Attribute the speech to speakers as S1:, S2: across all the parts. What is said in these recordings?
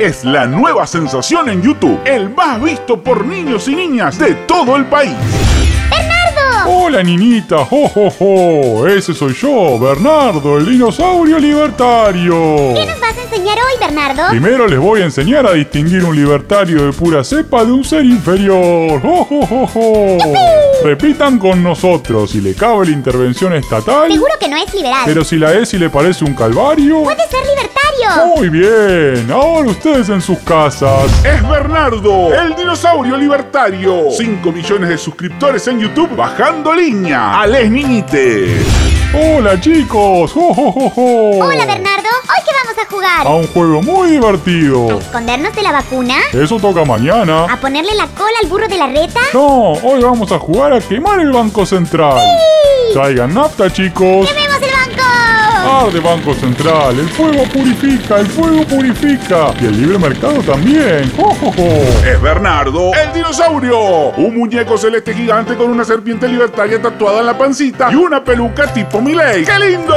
S1: es la nueva sensación en YouTube, el más visto por niños y niñas de todo el país.
S2: ¡Bernardo!
S3: Hola niñita, jo, jo, jo. ese soy yo, Bernardo, el dinosaurio libertario.
S2: ¿Qué nos vas a enseñar hoy, Bernardo?
S3: Primero les voy a enseñar a distinguir un libertario de pura cepa de un ser inferior. Jo, jo, jo, jo. Repitan con nosotros si le cabe la intervención estatal.
S2: Seguro que no es liberal.
S3: Pero si la es y le parece un calvario.
S2: Puede ser libertario.
S3: Muy bien, ahora ustedes en sus casas.
S1: Es Bernardo, el dinosaurio libertario. 5 millones de suscriptores en YouTube bajando línea. A les niñites.
S3: Hola chicos, Jo, jo, jo, jo.
S2: Hola, Bernardo. ¿Hoy qué vamos a jugar?
S3: A un juego muy
S2: ¿A
S3: divertido.
S2: escondernos de la vacuna?
S3: Eso toca mañana.
S2: ¿A ponerle la cola al burro de la reta?
S3: No, hoy vamos a jugar a quemar el Banco Central. Traigan nafta, chicos.
S2: ¡Quememos el banco!
S3: Arde Ah, Banco Central, el fuego purifica, el fuego purifica. Y el libre mercado también. ¡Jo, jo, jo!
S1: Es Bernardo, el dinosaurio. Un muñeco celeste gigante con una serpiente libertaria tatuada en la pancita y una peluca tipo Miley. ¡Qué lindo!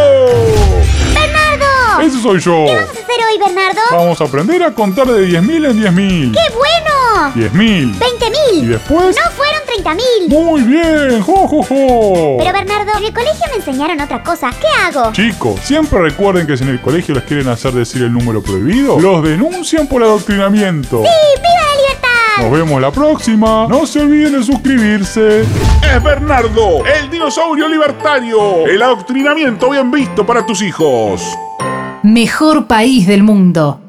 S2: ¡Bernardo!
S3: Ese soy yo.
S2: ¿Qué vamos a hacer hoy, Bernardo?
S3: Vamos a aprender a contar de 10.000 en 10.000.
S2: ¡Qué bueno!
S3: 10.000. Y
S2: ¡20.000!
S3: después...
S2: ¡No fueron 30.000!
S3: Muy bien. ¡Jo, jo, jo!
S2: Pero Bernardo, en el colegio me enseñaron otra cosa. ¿Qué hago?
S3: Chicos, siempre recuerden que si en el colegio les quieren hacer decir el número prohibido, los denuncian por adoctrinamiento.
S2: ¡Y viva la libertad!
S3: Nos vemos la próxima. No se olviden de suscribirse.
S1: Es Bernardo, el dinosaurio libertario. El adoctrinamiento bien visto para tus hijos.
S4: Mejor país del mundo.